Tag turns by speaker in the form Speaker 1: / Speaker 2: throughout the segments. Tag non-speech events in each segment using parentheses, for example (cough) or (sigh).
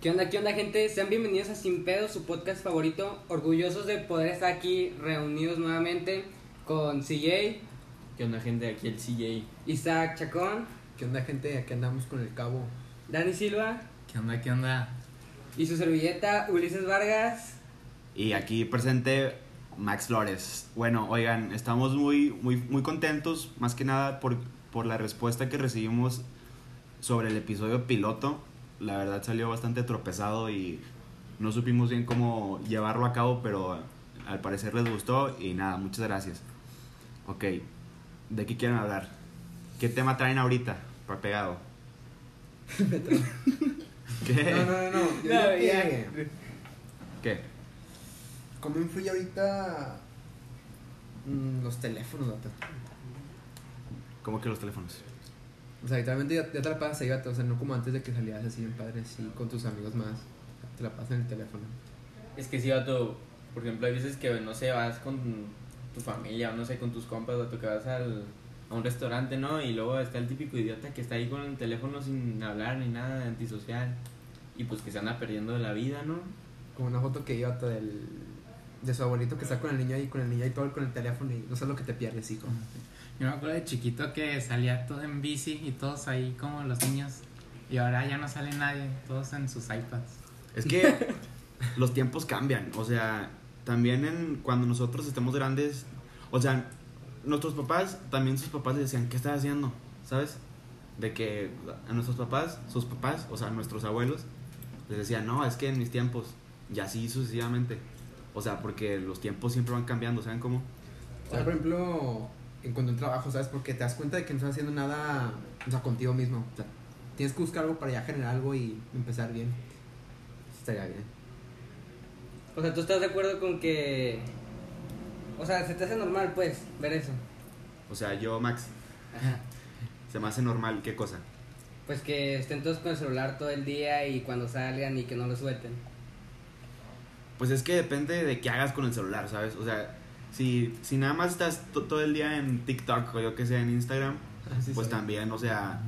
Speaker 1: ¿Qué onda, qué onda, gente? Sean bienvenidos a Sin Pedo, su podcast favorito. Orgullosos de poder estar aquí reunidos nuevamente con CJ,
Speaker 2: ¿Qué onda, gente? Aquí el CJ.
Speaker 1: Isaac Chacón,
Speaker 3: ¿Qué onda, gente? Aquí andamos con el cabo.
Speaker 1: Dani Silva
Speaker 2: ¿Qué onda, qué onda?
Speaker 1: y su servilleta Ulises Vargas.
Speaker 4: Y aquí presente Max Flores. Bueno, oigan, estamos muy, muy, muy contentos, más que nada por, por la respuesta que recibimos sobre el episodio piloto. La verdad salió bastante tropezado y no supimos bien cómo llevarlo a cabo, pero al parecer les gustó y nada, muchas gracias. Ok, ¿de qué quieren hablar? ¿Qué tema traen ahorita? Para
Speaker 3: (laughs)
Speaker 4: pegado. ¿Qué?
Speaker 3: No, no, no, no. Yo
Speaker 1: No,
Speaker 3: digo que,
Speaker 1: ya.
Speaker 4: ¿Qué?
Speaker 3: ¿Cómo influye ahorita mm, los teléfonos, vato?
Speaker 4: ¿Cómo que los teléfonos?
Speaker 3: O sea, literalmente ya, ya te la pasas ahí, vato. O sea, no como antes de que salías así en padre, así con tus amigos más. Te la pasas en el teléfono.
Speaker 2: Es que sí, vato, por ejemplo, hay veces que, no sé, vas con tu familia o no sé, con tus compas, vato, que vas al, a un restaurante, ¿no? Y luego está el típico idiota que está ahí con el teléfono sin hablar ni nada, antisocial. Y pues que se anda perdiendo de la vida, ¿no?
Speaker 3: Como una foto que iba del, de su abuelito que está con el niño ahí, con el niño ahí todo con el teléfono y no sabes lo que te pierdes, hijo.
Speaker 5: Yo me acuerdo de chiquito que salía todo en bici y todos ahí como los niños. Y ahora ya no sale nadie, todos en sus iPads.
Speaker 4: Es que los tiempos cambian, o sea, también en cuando nosotros estemos grandes, o sea, nuestros papás, también sus papás les decían, ¿qué estás haciendo? ¿Sabes? De que a nuestros papás, sus papás, o sea, a nuestros abuelos, les decían, no, es que en mis tiempos, y así sucesivamente. O sea, porque los tiempos siempre van cambiando, ¿saben cómo?
Speaker 3: O sea, por ejemplo, en cuanto a un trabajo, ¿sabes? Porque te das cuenta de que no estás haciendo nada, o sea, contigo mismo. O sea, tienes que buscar algo para ya generar algo y empezar bien. Estaría bien.
Speaker 1: O sea, ¿tú estás de acuerdo con que... O sea, se te hace normal, pues, ver eso?
Speaker 4: O sea, yo, Max, se me hace normal, ¿qué cosa?
Speaker 1: Pues que estén todos con el celular todo el día y cuando salgan y que no lo suelten.
Speaker 4: Pues es que depende de qué hagas con el celular, ¿sabes? O sea, si, si nada más estás to- todo el día en TikTok o yo que sea en Instagram,
Speaker 3: Así
Speaker 4: pues
Speaker 3: soy.
Speaker 4: también, o sea,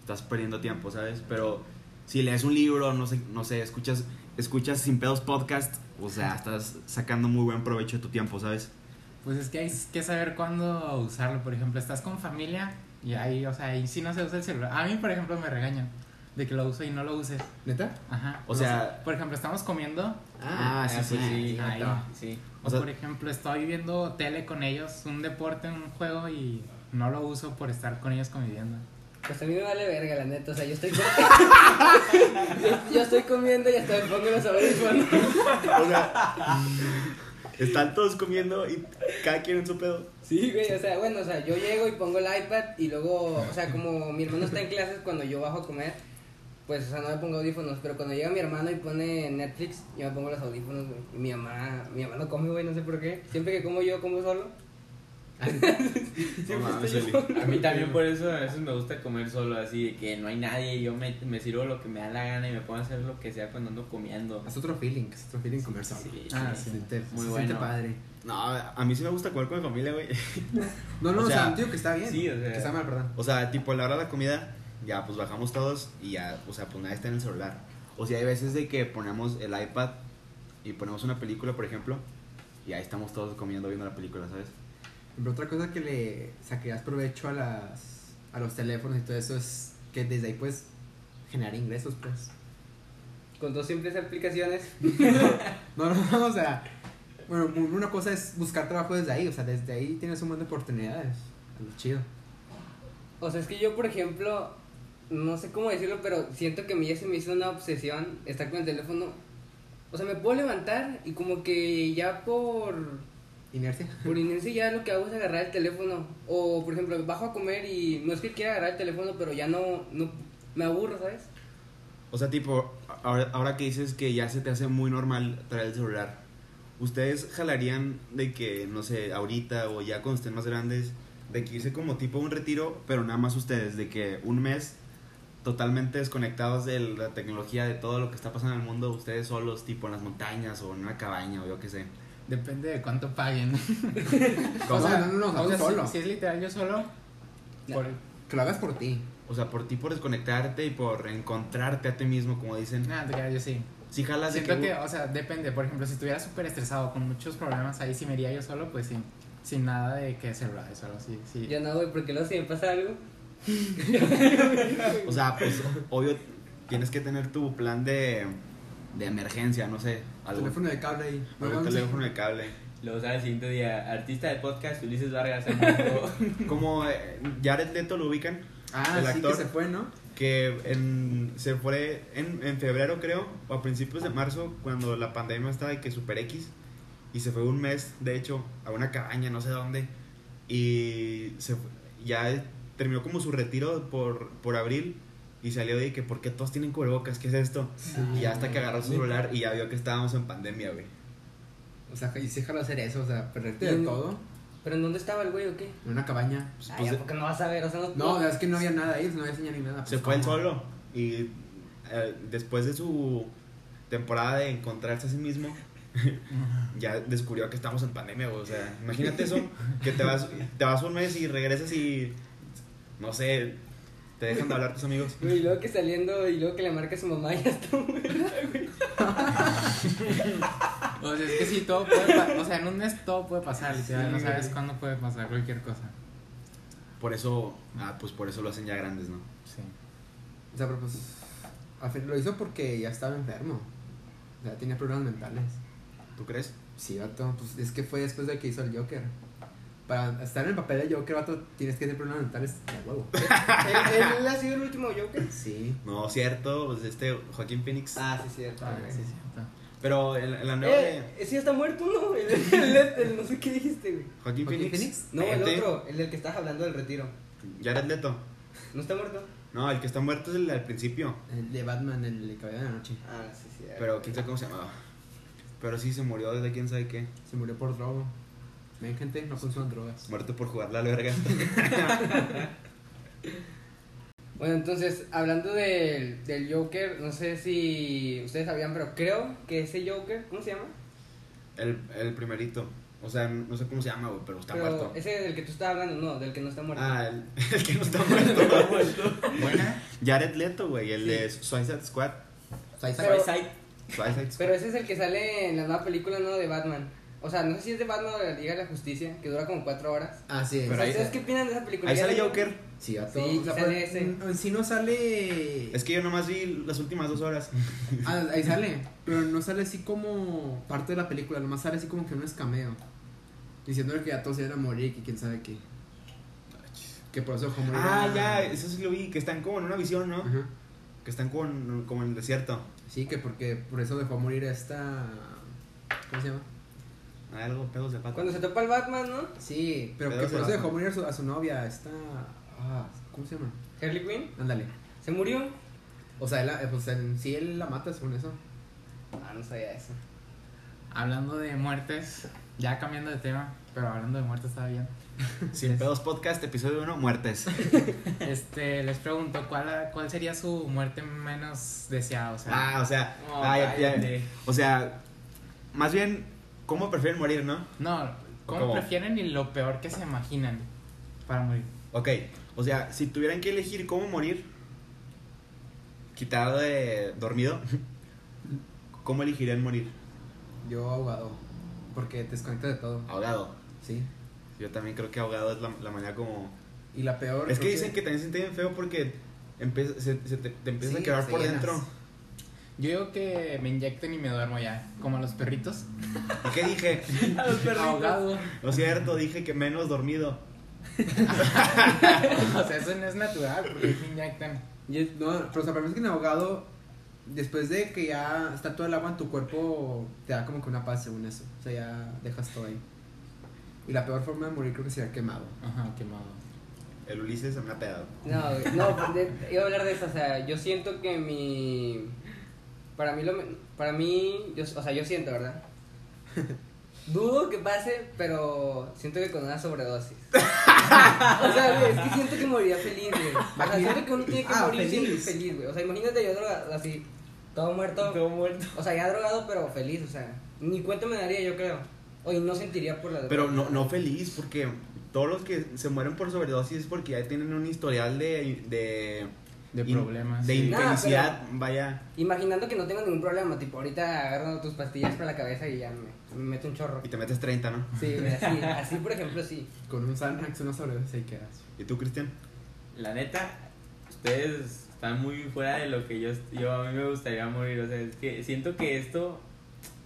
Speaker 4: estás perdiendo tiempo, ¿sabes? Pero si lees un libro, no sé, no sé, escuchas, escuchas sin pedos podcast, o sea, estás sacando muy buen provecho de tu tiempo, ¿sabes?
Speaker 5: Pues es que hay que saber cuándo usarlo. Por ejemplo, estás con familia y ahí, o sea, ahí sí no se usa el celular. A mí, por ejemplo, me regañan de que lo uso y no lo uses.
Speaker 3: ¿Neta?
Speaker 5: Ajá.
Speaker 4: O
Speaker 5: No
Speaker 4: sea-
Speaker 5: sé. por ejemplo, estamos comiendo.
Speaker 4: Ah, sí,
Speaker 2: pues
Speaker 4: sí.
Speaker 2: sí,
Speaker 5: ahí.
Speaker 2: sí.
Speaker 5: O,
Speaker 4: O sea-
Speaker 5: por ejemplo, estoy viendo tele con ellos, un deporte, un juego y no lo uso por estar con ellos conviviendo.
Speaker 1: Pues a mí me vale verga, la neta. O sea, yo estoy... (laughs) yo, yo estoy comiendo y hasta me pongo los audífonos.
Speaker 4: O sea, están todos comiendo y cada quien en su pedo.
Speaker 1: Sí, güey, o sea, bueno, o sea, yo llego y pongo el iPad y luego, o sea, como mi hermano está en clases cuando yo bajo a comer, pues, o sea, no me pongo audífonos, pero cuando llega mi hermano y pone Netflix, yo me pongo los audífonos, güey. Y mi mamá, mi mamá no come, güey, no sé por qué. Siempre que como yo, como solo.
Speaker 4: No mames, Eli.
Speaker 2: A mí también por eso a veces me gusta comer solo, así de que no hay nadie y yo me, me sirvo lo que me da la gana y me puedo hacer lo que sea cuando ando comiendo.
Speaker 3: Es otro feeling, es otro feeling comer solo.
Speaker 2: Sí,
Speaker 5: Ah,
Speaker 2: sí.
Speaker 3: Se
Speaker 5: sí.
Speaker 3: siente-
Speaker 2: Muy
Speaker 3: se
Speaker 2: bueno.
Speaker 3: siente padre.
Speaker 4: No, a mí sí me gusta comer con mi familia, güey.
Speaker 3: No, no,
Speaker 4: O
Speaker 3: o sea,
Speaker 4: sea,
Speaker 3: digo que está bien.
Speaker 2: sí, o sea-
Speaker 3: que está mal, perdón.
Speaker 4: O sea, tipo, a la hora de la comida, ya pues bajamos todos y ya, o sea, pues nadie está en el celular. O sea, hay veces de que ponemos el iPad y ponemos una película, por ejemplo, y ahí estamos todos comiendo, viendo la película, ¿sabes?
Speaker 3: Pero otra cosa que le sacarías provecho a las a los teléfonos y todo eso es que desde ahí puedes generar ingresos, pues.
Speaker 1: Con dos simples aplicaciones.
Speaker 3: No, (laughs) no, no, o sea, bueno, mu- una cosa es buscar trabajo desde ahí, o sea, desde ahí tienes un montón de oportunidades. Algo chido.
Speaker 1: O sea, es que yo, por ejemplo, no sé cómo decirlo, pero siento que a mí ya se me hizo una obsesión estar con el teléfono. O sea, me puedo levantar y como que ya por...
Speaker 3: Inercia.
Speaker 1: Por inercia ya lo que hago es agarrar el teléfono. O, por ejemplo, bajo a comer y no es que quiera agarrar el teléfono, pero ya no, no me aburro, ¿sabes?
Speaker 4: O sea, tipo, ahora, ahora que dices que ya se te hace muy normal traer el celular, ¿ustedes jalarían de que, no sé, ahorita o ya cuando estén más grandes, de que irse como tipo a un retiro, pero nada más ustedes, de que un mes totalmente desconectados de la tecnología, de todo lo que está pasando en el mundo, ustedes solos, tipo en las montañas o en una cabaña o yo qué sé?
Speaker 5: Depende de cuánto paguen. (laughs)
Speaker 3: O sea, no, no, no, o sea, tú
Speaker 5: si-
Speaker 3: solo.
Speaker 5: Si, es literal yo solo, por-
Speaker 3: Que lo hagas por ti.
Speaker 4: O sea, por ti por desconectarte y por encontrarte a ti mismo, como dicen. "Ah,
Speaker 5: Nada, te creas, yo sí.
Speaker 4: Si jalas de
Speaker 5: Siento
Speaker 4: que-
Speaker 5: que, o sea, depende. Por ejemplo, si estuviera súper estresado con muchos problemas ahí, si me iría yo solo, pues sin, sin nada de que celulares o algo así. Sí.
Speaker 1: Yo no, güey, porque luego si me pasa algo.
Speaker 4: O sea, pues obvio tienes que tener tu plan de, de emergencia, no sé, algo.
Speaker 3: Teléfono de cable ahí.
Speaker 4: algún teléfono de cable.
Speaker 2: Luego sale el siguiente día, artista de podcast Ulises Vargas. en
Speaker 4: (laughs)
Speaker 2: México.
Speaker 4: Como eh, Jared Leto lo ubican,
Speaker 3: Ah,
Speaker 4: El
Speaker 3: sí
Speaker 4: actor.
Speaker 3: que se fue, ¿no?
Speaker 4: que en- se fue en, en febrero creo, o a principios de marzo, cuando la pandemia estaba de que super X, y se fue un mes, de hecho, a una cabaña, no sé dónde, y se fue- ya eh, terminó como su retiro por, por abril, y salió de que, ¿por qué todos tienen cubrebocas? ¿Qué es esto? Y ya hasta que agarró su celular y ya vio que estábamos en pandemia, güey.
Speaker 3: O sea, y se dejaron hacer eso, o sea, perderte de
Speaker 1: Sí.
Speaker 3: todo
Speaker 1: ¿Pero en dónde estaba el güey o qué?
Speaker 3: en una cabaña.
Speaker 4: Pues,
Speaker 1: Ay,
Speaker 4: pues,
Speaker 1: ¿a poco no vas a ver? O sea, no.
Speaker 3: No, es que no había nada ahí, no había señal ni nada.
Speaker 4: se
Speaker 3: pues,
Speaker 4: fue él
Speaker 3: ¿cómo?
Speaker 4: solo y eh, después de su temporada de encontrarse a sí mismo (laughs) ya descubrió que estamos en pandemia güey, o sea imagínate eso que te vas te vas un mes y regresas y no sé te dejan de hablar tus amigos
Speaker 1: Güey, Y luego que saliendo y luego que le marca a su mamá (laughs) y ya está muerta, güey.
Speaker 5: O sea, es que sí, todo puede pasar. O sea, en un mes todo puede pasar, literal. no sabes cuándo puede pasar cualquier cosa.
Speaker 4: por eso ah pues por eso lo hacen ya grandes no
Speaker 5: Sí.
Speaker 3: O sea, pero pues al fin lo hizo porque ya estaba enfermo. O sea, tenía problemas mentales.
Speaker 4: tú crees
Speaker 3: Sí, vato, pues es que fue después de que hizo el Joker. Para estar en el papel de Joker, vato, tienes que tener problemas mentales de huevo.
Speaker 1: ¿Él, él ha sido el último Joker?
Speaker 3: Sí.
Speaker 4: no cierto pues este Joaquín Phoenix
Speaker 1: Ah, sí, cierto.
Speaker 5: Ah, sí, es cierto.
Speaker 4: pero en, la- en la nueva
Speaker 1: Eh,
Speaker 4: de
Speaker 1: ese ya está muerto, ¿no? El, el- el- el- no sé qué dijiste, güey.
Speaker 4: Joaquín,
Speaker 3: ¿Joaquín
Speaker 4: Phoenix,
Speaker 3: Phoenix?
Speaker 1: No, el
Speaker 4: Vente.
Speaker 1: otro, el del que estás hablando del retiro.
Speaker 4: Jared Leto
Speaker 1: ¿No está muerto?
Speaker 4: no el que está muerto es el al principio
Speaker 3: El de Batman, el de Caballero de la Noche.
Speaker 1: Ah, sí, sí.
Speaker 4: Pero quién sabe cómo se llamaba. Pero sí se murió desde quién sabe qué.
Speaker 3: Se murió por droga. Ven, gente, no consuman drogas.
Speaker 4: Muerto por jugar la verga. (laughs)
Speaker 1: Bueno, entonces, hablando del, del Joker, no sé si ustedes sabían, pero creo que ese Joker, ¿cómo se llama?
Speaker 4: El, el primerito. O sea, no sé cómo se llama, güey, pero está
Speaker 1: pero
Speaker 4: muerto.
Speaker 1: ese del que tú estabas hablando, no, del que no está muerto.
Speaker 4: Ah, el, (laughs) el que no (laughs) está muerto.
Speaker 5: Buena.
Speaker 4: Jared Leto, güey, el de Suicide Squad.
Speaker 3: O sea, ahí
Speaker 1: Pero-
Speaker 3: está-
Speaker 4: Suicide Squad.
Speaker 1: Pero ese es el que sale en la nueva película, ¿no? De Batman. O sea, no sé si es de Batman o de la Liga de la Justicia, que dura como cuatro horas.
Speaker 3: Ah, sí.
Speaker 4: Pero
Speaker 1: o sea,
Speaker 4: ahí-
Speaker 1: ¿Ustedes qué opinan de esa película?
Speaker 4: Ahí
Speaker 1: ¿Ya
Speaker 4: sale
Speaker 1: la-
Speaker 4: Joker.
Speaker 3: Sí, vato.
Speaker 1: Sí,
Speaker 3: o sea,
Speaker 1: sale
Speaker 3: pero
Speaker 1: ese.
Speaker 3: en sí no sale.
Speaker 4: Es que yo nomás vi las últimas dos horas.
Speaker 3: Ah, ahí sale. Pero no sale así como parte de la película, nomás sale así como que un escameo. Diciéndole que a todos se iban a morir, que quién sabe qué. Que por eso como
Speaker 4: Ah, ya, eso sí lo vi, que están como en una visión, ¿no?
Speaker 3: Ajá.
Speaker 4: Que están como, como en el desierto.
Speaker 3: Sí, que porque por eso dejó morir a esta. ¿Cómo se llama?
Speaker 4: Hay algo, pedos de pato.
Speaker 1: Cuando se topa el Batman, ¿no?
Speaker 3: Sí, pero
Speaker 4: Pero
Speaker 3: que
Speaker 4: se
Speaker 3: por eso
Speaker 4: la-
Speaker 3: dejó morir a su, a su novia, a esta. Ah, ¿Cómo se llama?
Speaker 1: Harley Quinn.
Speaker 3: Ándale.
Speaker 1: ¿Se murió?
Speaker 3: O sea, él, la- pues, en sí él la mata según eso.
Speaker 1: Ah, no sabía eso.
Speaker 5: Hablando de muertes, ya cambiando de tema, pero hablando de muertes está bien.
Speaker 4: Sin pedos podcast, episodio 1, muertes.
Speaker 5: Este, les pregunto, ¿cuál, ¿cuál sería su muerte menos deseada? O sea,
Speaker 4: Ah, o sea,
Speaker 5: Oh,
Speaker 4: ah, ya- ya-
Speaker 5: cállate.
Speaker 4: o sea, más bien, ¿cómo prefieren morir, no?
Speaker 5: no, ¿cómo,
Speaker 4: ¿Cómo?
Speaker 5: prefieren y lo peor que se imaginan para morir?
Speaker 4: Ok, o sea, si tuvieran que elegir cómo morir, quitado de
Speaker 3: (laughs)
Speaker 4: dormido, ¿cómo elegirían morir?
Speaker 3: Yo ahogado. Porque te desconectas de todo.
Speaker 4: Ahogado.
Speaker 3: Sí.
Speaker 4: Yo también creo que ahogado es la, la manera como...
Speaker 3: Y la peor.
Speaker 4: Es que
Speaker 3: creo
Speaker 4: dicen que también se siente bien feo porque empieza, se, se te, te empiezas
Speaker 3: Sí,
Speaker 4: a quebrar
Speaker 3: se
Speaker 4: por
Speaker 3: llenas.
Speaker 4: dentro.
Speaker 5: Yo digo que me inyecten y me duermo ya, como a los perritos.
Speaker 4: ¿Y qué
Speaker 3: (laughs)
Speaker 4: dije?
Speaker 5: Ahogado.
Speaker 4: Lo cierto, dije que menos dormido.
Speaker 5: O sea, eso no es natural, porque se inyectan.
Speaker 3: Y es- no, pero o sea, para mí es que en ahogado, después de que ya está todo el agua en tu cuerpo, te da como que una paz según eso. O sea, ya dejas todo ahí. Y la peor forma de morir creo que sería quemado.
Speaker 5: Ajá, quemado.
Speaker 4: El Ulises se me ha pegado.
Speaker 1: No, güey, no, pues, de- iba a hablar de eso, o sea, yo siento que mi... Para mí, lo, me- para mí, yo, o sea, yo siento, ¿verdad? Dudo que pase, pero siento que con una sobredosis. o sea, güey, es que siento que moriría feliz, güey. O sea, siento que uno tiene que
Speaker 3: Ah,
Speaker 1: morir
Speaker 3: feliz.
Speaker 1: feliz. feliz, güey. O sea, imagínate yo drogado, así, todo muerto.
Speaker 2: Todo muerto.
Speaker 1: O sea, ya drogado, pero feliz, o sea, ni cuenta me daría, yo creo. O y no sentiría por la droga.
Speaker 4: Pero no, no feliz, porque todos los que se mueren por sobredosis es porque ya tienen un historial de. de
Speaker 5: De
Speaker 4: in-
Speaker 5: problemas.
Speaker 4: De
Speaker 5: sí.
Speaker 1: Nah,
Speaker 4: infelicidad,
Speaker 3: Ah,
Speaker 4: vaya.
Speaker 1: Imaginando que no tengo ningún problema, tipo, ahorita agarro tus pastillas para la cabeza y ya me, me meto un chorro.
Speaker 4: Y te metes 30, ¿no?
Speaker 1: Sí, güey, así, así por ejemplo, sí.
Speaker 3: Con un Xanax, una sobredosis y quedas.
Speaker 4: ¿Y tú, Cristian?
Speaker 2: La neta, ustedes están muy fuera de lo que yo, yo a mí me gustaría morir. O sea, es que siento que esto,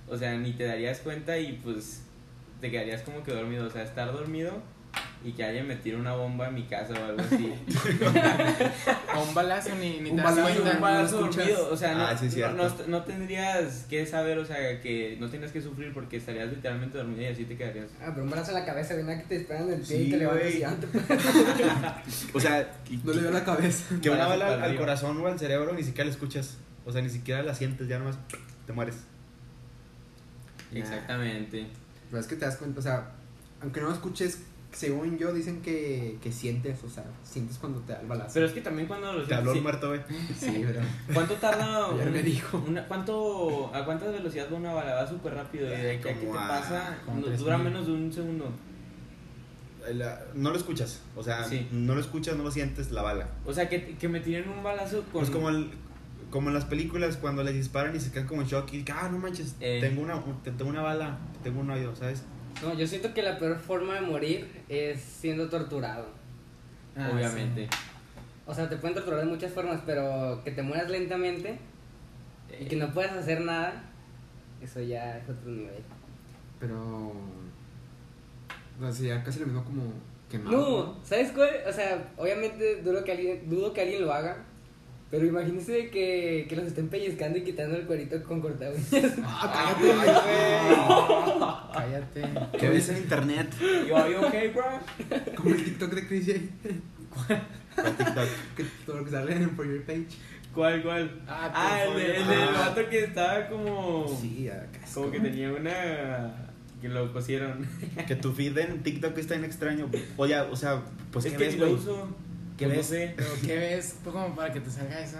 Speaker 2: o sea, ni te darías cuenta y pues te quedarías como que dormido. O sea, estar dormido y que alguien me tire una bomba en mi casa o algo
Speaker 3: (laughs)
Speaker 2: así.
Speaker 5: O un balazo ni, ni
Speaker 3: Un
Speaker 5: te das
Speaker 3: balazo,
Speaker 5: cuenta.
Speaker 2: un balazo
Speaker 3: no escuchas.
Speaker 2: dormido, o sea, no,
Speaker 4: Ah, sí, es
Speaker 2: no- no,
Speaker 4: cierto.
Speaker 2: no tendrías que saber, o sea, que no tendrías que sufrir porque estarías literalmente dormido y así te quedarías.
Speaker 1: Ah, pero un brazo en la cabeza, güey, nada que te esperan en el pie
Speaker 4: Sí,
Speaker 1: y te levantas
Speaker 4: güey.
Speaker 1: y antes.
Speaker 4: O sea, que-
Speaker 3: No le veo la cabeza. (laughs)
Speaker 4: que una
Speaker 2: Balazo
Speaker 4: bala
Speaker 2: para
Speaker 4: al, al
Speaker 2: arriba.
Speaker 4: corazón o al cerebro ni siquiera la escuchas. O sea, ni siquiera la sientes, ya nomás te mueres.
Speaker 3: Nah.
Speaker 2: Exactamente.
Speaker 3: Pero es que te das cuenta, o sea, aunque no lo escuches, según yo dicen que, que sientes, o sea, sientes cuando te da el balazo.
Speaker 2: Pero es que también cuando lo
Speaker 4: Te habló
Speaker 2: sí.
Speaker 4: el muerto, güey.
Speaker 3: Sí, pero
Speaker 2: ¿Cuánto tarda?
Speaker 4: (laughs)
Speaker 3: Ayer
Speaker 2: un-
Speaker 3: me dijo.
Speaker 2: una- ¿cuánto, ¿A cuánta velocidad va una bala? Va súper rápido. Y de aquí a que te
Speaker 4: Como a-
Speaker 2: pasa,
Speaker 5: como
Speaker 2: no-
Speaker 5: tres
Speaker 2: dura
Speaker 5: mil.
Speaker 2: menos de un segundo.
Speaker 4: La- no lo escuchas. O sea,
Speaker 2: Sí.
Speaker 4: no lo escuchas, no lo sientes, la bala.
Speaker 2: O sea, que, que me tiren un balazo con.
Speaker 4: Pues como, el- como en las películas, cuando les disparan y se quedan como en shock y ah, no manches,
Speaker 2: Eh.
Speaker 4: tengo, una, te- tengo una bala, tengo un oído, ¿sabes?
Speaker 1: No, yo siento que la peor forma de morir es siendo torturado.
Speaker 5: Ah,
Speaker 2: Obviamente.
Speaker 1: O sea, te pueden torturar de muchas formas, pero que te mueras lentamente y que no puedas hacer nada, eso ya es otro nivel.
Speaker 3: Pero. O sea, ya casi lo mismo como quemado.
Speaker 1: No, ¿sabes cuál? O sea, obviamente dudo que alguien, dudo que alguien lo haga. Pero imagínense que, que los estén pellizcando y quitando el cuerito con cortaúñas. (laughs)
Speaker 3: ¡Ah, cállate! ay,
Speaker 5: Cállate.
Speaker 4: ¿Qué ves en internet?
Speaker 2: Yo, are you okay, bro?
Speaker 3: güey. Como el TikTok de Chris J,
Speaker 4: En TikTok.
Speaker 3: que todo lo que sale en el For Your Page.
Speaker 2: ¿Cuál, cuál?
Speaker 5: Ah,
Speaker 2: Ah, el,
Speaker 5: por
Speaker 2: de- el
Speaker 5: favor.
Speaker 2: del
Speaker 4: Ah.
Speaker 2: vato que estaba como.
Speaker 3: Sí, ya casi.
Speaker 2: Como que tenía una. Que lo cosieron.
Speaker 4: Que tu feed en TikTok está en extraño. Oye, o sea, pues
Speaker 2: es
Speaker 4: ¿qué
Speaker 2: que
Speaker 4: ves,
Speaker 2: ni lo
Speaker 4: güey?
Speaker 2: uso.
Speaker 4: ¿Qué
Speaker 2: Pues No
Speaker 4: ves?
Speaker 2: sé.
Speaker 5: Pero ¿qué ves? Pues como para que te salga eso.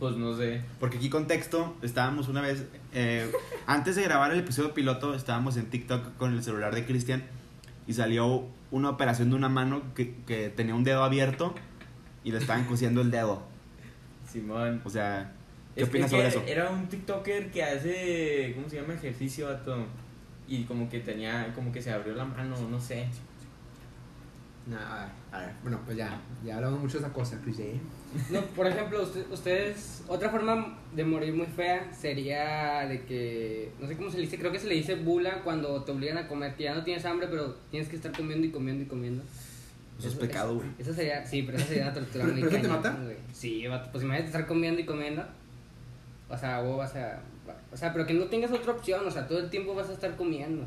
Speaker 2: Pues no sé.
Speaker 4: Porque aquí contexto, estábamos una vez, eh, antes de grabar el episodio piloto, estábamos en TikTok con el celular de Cristian y salió una operación de una mano que, que tenía un dedo abierto y le estaban cosiendo el dedo.
Speaker 2: Simón.
Speaker 4: O sea, ¿qué
Speaker 2: Es que
Speaker 4: opinas sobre eso?
Speaker 2: Era un TikToker que hace, ¿cómo se llama? Ejercicio, vato. Y como que tenía, como que se abrió la mano, no sé.
Speaker 3: Nah, a ver, a ver. Bueno, pues ya, ya hablamos mucho de esa cosa, Chris J.
Speaker 1: No, por ejemplo, usted- ustedes, otra forma de morir muy fea sería de que, no sé cómo se le dice, creo que se le dice bula cuando te obligan a comer, que ya no tienes hambre, pero tienes que estar comiendo y comiendo y comiendo.
Speaker 4: Eso es pecado, güey.
Speaker 1: Eso sería, sí, pero eso sería una tortura
Speaker 3: ¿Pero-
Speaker 1: muy
Speaker 3: pero eso te
Speaker 1: cañona,
Speaker 3: mata?
Speaker 1: güey. Sí, vato, pues imagínate estar comiendo y comiendo. O sea, vos vas a, o sea, pero que no tengas otra opción, o sea, todo el tiempo vas a estar comiendo.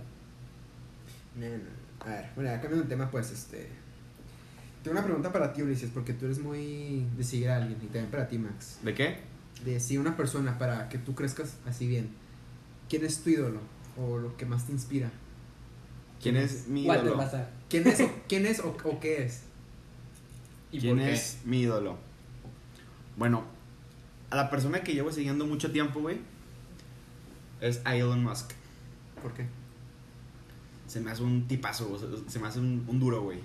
Speaker 3: No, no, no. A ver, bueno, ya cambiando de tema, pues, este... Tengo una pregunta para ti, Ulises, porque tú eres muy de seguir a alguien, y también para ti, Max.
Speaker 4: ¿De qué?
Speaker 3: De seguir a una persona para que tú crezcas así bien. ¿Quién es tu ídolo? ¿O lo que más te inspira?
Speaker 4: ¿Quién es mi
Speaker 1: ¿Cuál te
Speaker 4: ídolo?
Speaker 1: pasa?
Speaker 3: ¿Quién (laughs) es, o, ¿quién es o, o qué es?
Speaker 2: ¿Y
Speaker 4: ¿Quién
Speaker 2: por qué?
Speaker 4: es mi ídolo? Bueno, a la persona que llevo siguiendo mucho tiempo, güey, es a Elon Musk.
Speaker 3: ¿Por qué?
Speaker 4: Se me hace un tipazo, o sea, se me hace un, un duro, güey.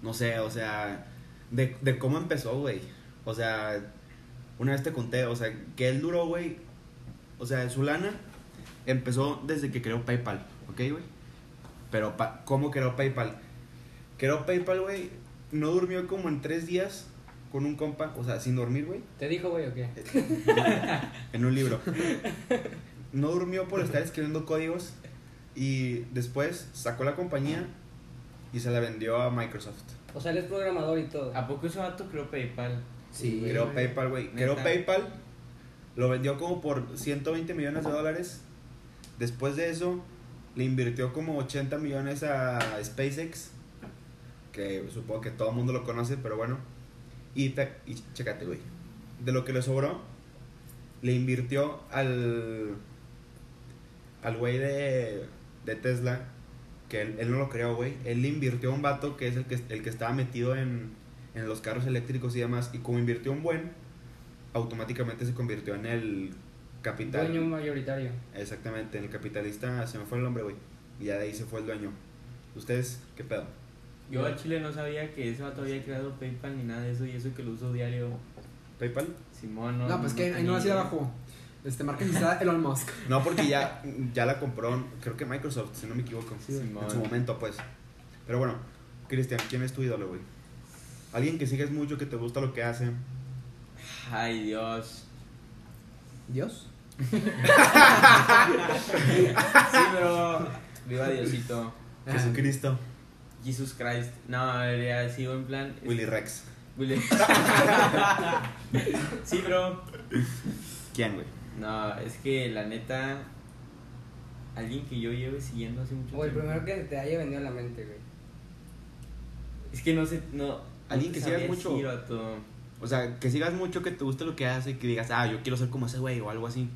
Speaker 4: No sé, o sea, de, de cómo empezó, güey. O sea, una vez te conté, o sea, que él duró, güey. O sea, su lana empezó desde que creó PayPal, ¿ok, güey? Pero, pa- ¿cómo creó PayPal? Creó PayPal, güey. No durmió como en tres días con un compa, o sea, sin dormir, güey.
Speaker 1: ¿Te dijo, güey, o qué?
Speaker 4: Eh. En un libro. No durmió por estar escribiendo códigos y después sacó la compañía y se la vendió a Microsoft.
Speaker 1: O sea, él es programador y todo.
Speaker 2: ¿A poco ese vato creó PayPal?
Speaker 3: Sí,
Speaker 4: Creó
Speaker 3: güey.
Speaker 4: PayPal, güey. Creó
Speaker 2: Neta.
Speaker 4: PayPal, lo vendió como por 120 millones de dólares. Después de eso, le invirtió como 80 millones a SpaceX, que supongo que todo el mundo lo conoce, pero bueno. Y, te- y chécate, güey. De lo que le sobró, le invirtió al al güey de, de Tesla, que él, él no lo creó, güey. Él le invirtió a un vato que es el que, el que estaba metido en, en los carros eléctricos y demás. Y como invirtió un buen, automáticamente se convirtió en el capital.
Speaker 1: Dueño mayoritario.
Speaker 4: Exactamente, en el capitalista, se me fue el nombre, güey. Y ya de ahí se fue el dueño. ¿Ustedes qué pedo?
Speaker 2: Yo al chile no sabía que ese vato había creado PayPal ni nada de eso y eso que lo uso diario.
Speaker 4: ¿PayPal?
Speaker 2: Simón, no.
Speaker 3: No, pues que ahí no así
Speaker 2: tenía
Speaker 3: abajo. Este, marca registrada Elon Musk.
Speaker 4: No, porque ya, ya la compró, creo que Microsoft, si no me equivoco.
Speaker 2: Sí,
Speaker 4: en
Speaker 2: Simón.
Speaker 4: su momento, pues. Pero bueno, Cristian, ¿quién es tu ídolo, güey? Alguien que sigues mucho, que te gusta lo que hace.
Speaker 2: Ay, Dios.
Speaker 3: Dios.
Speaker 2: Sí, pero. Viva Diosito.
Speaker 4: Jesucristo.
Speaker 3: Ah,
Speaker 2: Jesus Christ. No, a ver, ya sigo en plan.
Speaker 4: Willy Rex.
Speaker 2: Willy. (laughs) sí, bro.
Speaker 4: ¿Quién, güey?
Speaker 2: No, es que la neta. Alguien que yo lleve siguiendo hace mucho
Speaker 1: O el
Speaker 2: tiempo.
Speaker 1: primero que se te haya venido a la mente, güey.
Speaker 2: Es que no sé. No,
Speaker 4: Alguien
Speaker 2: no
Speaker 4: que
Speaker 2: te
Speaker 4: sigas
Speaker 2: sabría
Speaker 4: mucho.
Speaker 2: decir, vato.
Speaker 4: O sea, que sigas mucho, que te guste lo que hace, que digas, ah, yo quiero ser como ese güey o algo así.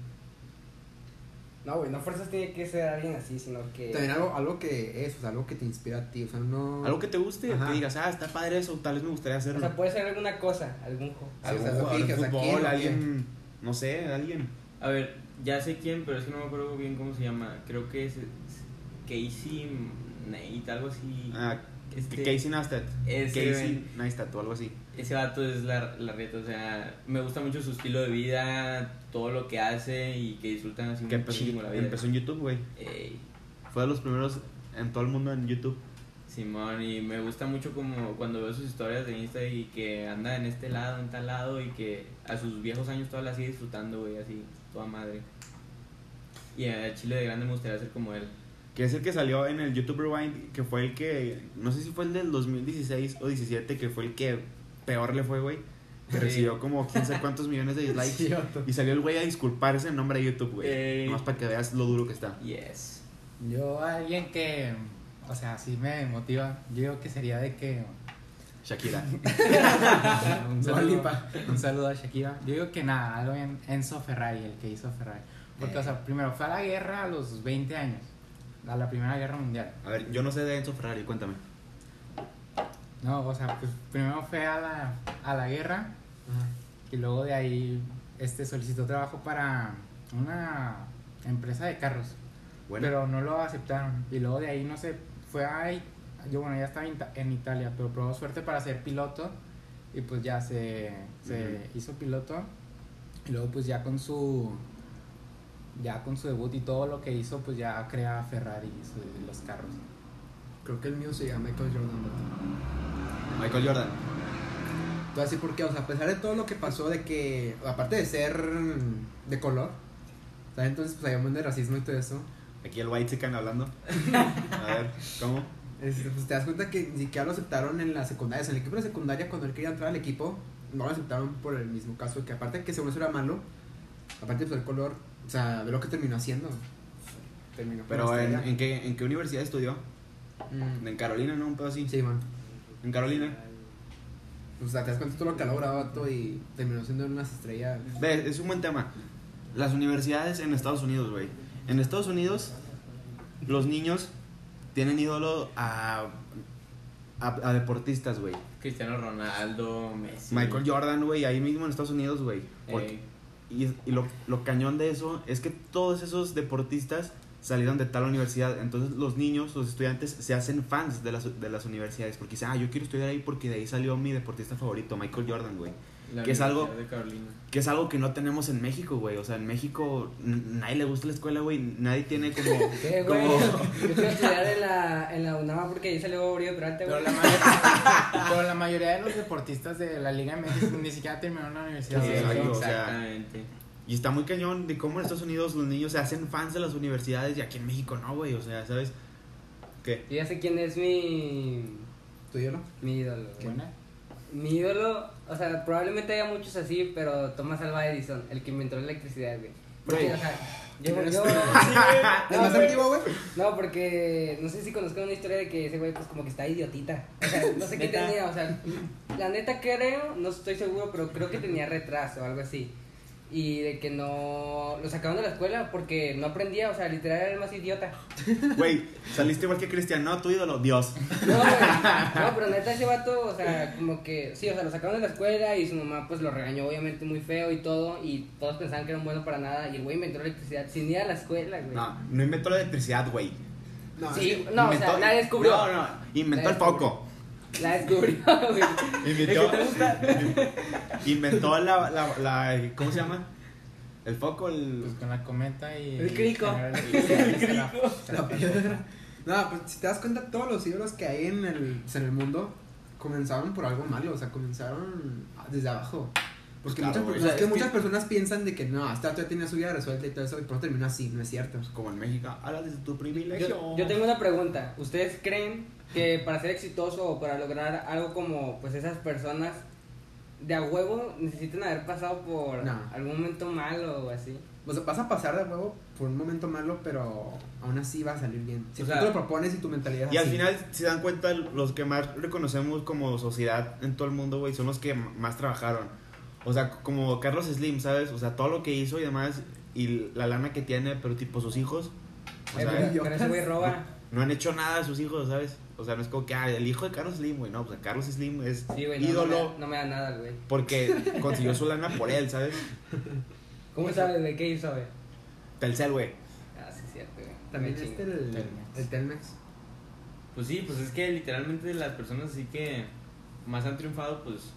Speaker 1: No, güey, no fuerzas tiene que ser alguien así, sino
Speaker 4: Eh,
Speaker 1: que.
Speaker 3: También algo, algo que es, o sea, algo que te inspira a ti, o sea, no...
Speaker 4: Algo que te guste,
Speaker 3: Ajá.
Speaker 4: que digas, ah, está padre eso, tal vez me gustaría
Speaker 1: O
Speaker 4: hacerlo.
Speaker 1: sea, puede ser alguna cosa, algún juego.
Speaker 3: Sí, o
Speaker 4: Algún
Speaker 3: sea, lo que
Speaker 4: jugador de
Speaker 3: digas, aquí,
Speaker 4: fútbol,
Speaker 3: lo que-
Speaker 4: alguien, no sé, alguien.
Speaker 2: A ver, ya sé quién, pero es que no me acuerdo bien cómo se llama. Creo que es es Casey Nate, algo así.
Speaker 4: Ah,
Speaker 2: Este-
Speaker 4: Casey Neistat.
Speaker 2: Ese,
Speaker 3: este,
Speaker 4: Casey Neistat o algo así.
Speaker 2: Ese vato es la, la reta, o sea, me gusta mucho su estilo de vida, todo lo que hace y que disfrutan
Speaker 3: Mm,
Speaker 2: así
Speaker 4: Que
Speaker 2: un
Speaker 4: empezó,
Speaker 2: chingo la vida.
Speaker 4: empezó en YouTube, güey.
Speaker 2: Ey,
Speaker 4: Fue de los primeros en todo el mundo en YouTube.
Speaker 2: Simón, y me gusta mucho como cuando veo sus historias de Insta y que anda en este lado, en tal lado y que a sus viejos años todavía la sigue disfrutando, güey, así, toda madre. Y a Chile de grande me gustaría ser como él.
Speaker 4: Que es el que salió en el YouTube Rewind, que fue el que, no sé si fue el del 2016 o 17, que fue el que peor le fue, güey. Que
Speaker 2: Sí.
Speaker 4: recibió como quién sabe cuántos millones de dislikes. y salió el güey a disculparse en nombre de YouTube, güey.
Speaker 2: Ey.
Speaker 4: Nomás para que veas lo duro que está.
Speaker 2: Yes.
Speaker 5: Yo, alguien que, o sea, sí me motiva. Yo digo que sería de que.
Speaker 4: Shakira.
Speaker 5: un,
Speaker 3: Dua
Speaker 5: saludo,
Speaker 3: Ah, Lipa.
Speaker 5: un saludo a Shakira. Yo digo que nada, algo en Enzo Ferrari, el que hizo Ferrari. Porque, o sea, primero fue a la guerra a los 20 años, a la Primera Guerra Mundial.
Speaker 4: A ver, yo no sé de Enzo Ferrari, cuéntame.
Speaker 5: No, o sea, pues primero fue a la, a la guerra
Speaker 3: Ajá.
Speaker 5: y luego de ahí este, solicitó trabajo para una empresa de carros.
Speaker 4: Bueno,
Speaker 5: Pero no lo aceptaron. Y luego de ahí, no sé, fue ahí. Yo, bueno, ya estaba en Ita- en Italia, pero probó suerte para ser piloto. Y pues ya se, se
Speaker 4: Ujú.
Speaker 5: hizo piloto. Y luego, pues ya con su. Ya con su debut y todo lo que hizo, pues ya crea Ferrari su- los carros.
Speaker 3: Creo que el mío se llama Michael Jordan. vato.
Speaker 4: Michael Jordan.
Speaker 3: Tú así porque, o sea, a pesar de todo lo que pasó, de que, aparte de ser mm, de color, o sea, entonces, pues hay un montón de racismo y todo eso,
Speaker 4: Aquí el White Chicken hablando. A ver, ¿cómo?
Speaker 3: este, pues te das cuenta que ni siquiera lo aceptaron en la secundaria, o sea, en el equipo de la secundaria, cuando él quería entrar al equipo, no lo aceptaron por el mismo caso, que aparte de que según eso era malo, aparte pues el color, o sea, ve lo que terminó haciendo. Terminó con
Speaker 4: Pero
Speaker 3: la
Speaker 4: ¿en,
Speaker 3: estrella.
Speaker 4: en qué, ¿en qué universidad estudió?
Speaker 3: Mm,
Speaker 4: En Carolina, ¿no? Un pedo así.
Speaker 3: Sí, man.
Speaker 4: En Carolina.
Speaker 3: O sea, te das cuenta de todo lo que ha logrado vato y terminó siendo unas estrellas.
Speaker 4: Ve, es un buen tema. Las universidades en Estados Unidos, güey. En Estados Unidos, los niños tienen ídolo a, a, a deportistas, güey.
Speaker 2: Cristiano Ronaldo, Messi.
Speaker 4: Michael Jordan, güey, ahí mismo en Estados Unidos, güey. Porque-
Speaker 2: Ey,
Speaker 4: Y, y lo, lo cañón de eso es que todos esos deportistas salieron de tal universidad. Entonces los niños, los estudiantes, se hacen fans de las, de las universidades. Porque dicen, ah, yo quiero estudiar ahí porque de ahí salió mi deportista favorito, Michael Jordan, güey.
Speaker 2: la
Speaker 4: que es
Speaker 2: Universidad
Speaker 4: algo-
Speaker 2: de Carolina.
Speaker 4: Que es algo que no tenemos en México, güey. O sea, en México n- nadie le gusta la escuela, güey. Nadie tiene como...
Speaker 1: ¿Qué, güey?
Speaker 4: como
Speaker 1: (laughs) Yo quiero estudiar en la, en la UNAM porque ahí salió Oriol Durante,
Speaker 5: Pero
Speaker 1: güey.
Speaker 5: la,
Speaker 4: (laughs)
Speaker 5: mayoría, pero la mayoría de los deportistas de la Liga MX ni siquiera terminaron la universidad.
Speaker 4: Sí,
Speaker 5: o sea,
Speaker 4: sí,
Speaker 5: son-
Speaker 4: o sea,
Speaker 2: exactamente.
Speaker 4: y está muy cañón de cómo en Estados Unidos los niños se hacen fans de las universidades y aquí en México no, güey. O sea, ¿sabes? ¿Qué?
Speaker 1: Yo ya sé quién es mi.
Speaker 3: ¿Tú y yo no?
Speaker 1: Mi ídolo, güey.
Speaker 5: Buena.
Speaker 1: Mi ídolo, o sea, probablemente haya muchos así, pero Thomas Alva Edison, el que inventó la electricidad, güey. Porque,
Speaker 4: Güey.
Speaker 1: o sea, yo,
Speaker 3: ¿Quién eres
Speaker 1: yo-
Speaker 3: tú? ¿El
Speaker 1: no,
Speaker 3: más
Speaker 1: güey,
Speaker 3: antiguo, Ah, güey?
Speaker 1: no, porque no sé si conozco una historia de que ese güey, pues como que está idiotita. O sea, no sé qué
Speaker 2: ¿Neta?
Speaker 1: tenía, o sea, la neta creo, no estoy seguro, pero creo que tenía retraso o algo así. Y de que no lo sacaron de la escuela porque no aprendía, o sea, literal era el más idiota.
Speaker 4: Güey, saliste igual que Cristian. No, tu ídolo, Dios.
Speaker 1: No, güey. No, pero neta ese vato, o sea, como que, sí, o sea, lo sacaron de la escuela y su mamá pues lo regañó obviamente muy feo y todo, y todos pensaban que era un bueno para nada, y el güey inventó la electricidad sin ir a la escuela, güey.
Speaker 4: No, no inventó la electricidad, güey.
Speaker 3: No,
Speaker 1: Sí,
Speaker 3: sí.
Speaker 1: no, o sea,
Speaker 4: Inventó-
Speaker 1: la descubrió.
Speaker 4: No, no, inventó el foco.
Speaker 1: La descubrió, (laughs)
Speaker 4: (laughs)
Speaker 1: güey.
Speaker 4: Inventó,
Speaker 1: ¿El que te gusta?
Speaker 4: inventó la, la, la- ¿Cómo se llama? El foco,
Speaker 5: Pues
Speaker 4: el.
Speaker 5: con la cometa y.
Speaker 1: El crico.
Speaker 5: generar el- el crico.
Speaker 4: (laughs)
Speaker 3: La (laughs) piedra. No, pues si te das cuenta, todos los ídolos que hay en el, en el mundo comenzaron por algo malo, o sea, comenzaron desde abajo. Porque
Speaker 4: Claro,
Speaker 3: muchas,
Speaker 4: güey.
Speaker 3: personas-
Speaker 4: O sea,
Speaker 3: que
Speaker 4: es que-
Speaker 3: muchas personas piensan de que no, hasta ya tenía su vida resuelta y todo eso, y por eso terminó así, no es cierto.
Speaker 4: Como en México, habla de tu privilegio.
Speaker 1: Yo, yo tengo una pregunta. ¿Ustedes creen que para ser exitoso o para lograr algo como pues esas personas de a huevo necesitan haber pasado por
Speaker 3: No.
Speaker 1: algún momento malo o así?
Speaker 3: O sea, vas a pasar de nuevo por un momento malo, pero aún así va a salir bien. Si
Speaker 1: O
Speaker 3: tú
Speaker 1: sea,
Speaker 3: te lo propones y tu mentalidad es
Speaker 4: Y al
Speaker 3: así.
Speaker 4: final, si dan cuenta, los que más reconocemos como sociedad en todo el mundo, güey, son los que m- más trabajaron. O sea, c- como Carlos Slim, ¿sabes? O sea, todo lo que hizo y demás, y la lana que tiene, pero tipo sus hijos, o
Speaker 1: Eh,
Speaker 4: sea,
Speaker 1: pero-
Speaker 3: yo-
Speaker 1: pero ese güey roba.
Speaker 4: no han hecho nada a sus hijos, ¿sabes? O sea, no es como que, ah, el hijo de Carlos Slim, güey, no, o sea, Carlos Slim es
Speaker 1: Sí, güey, no, no
Speaker 4: ídolo
Speaker 1: me- no me da nada, güey.
Speaker 4: porque consiguió su lana por él, ¿sabes?
Speaker 1: ¿Cómo sabes de qué hizo, güey?
Speaker 4: Telcel, güey.
Speaker 1: Ah, sí, es cierto, güey.
Speaker 3: También
Speaker 1: Me chingo.
Speaker 3: este el
Speaker 5: Telmex.
Speaker 3: Telmex. El Telmex.
Speaker 2: Pues sí, pues es que literalmente las personas así que más han triunfado, pues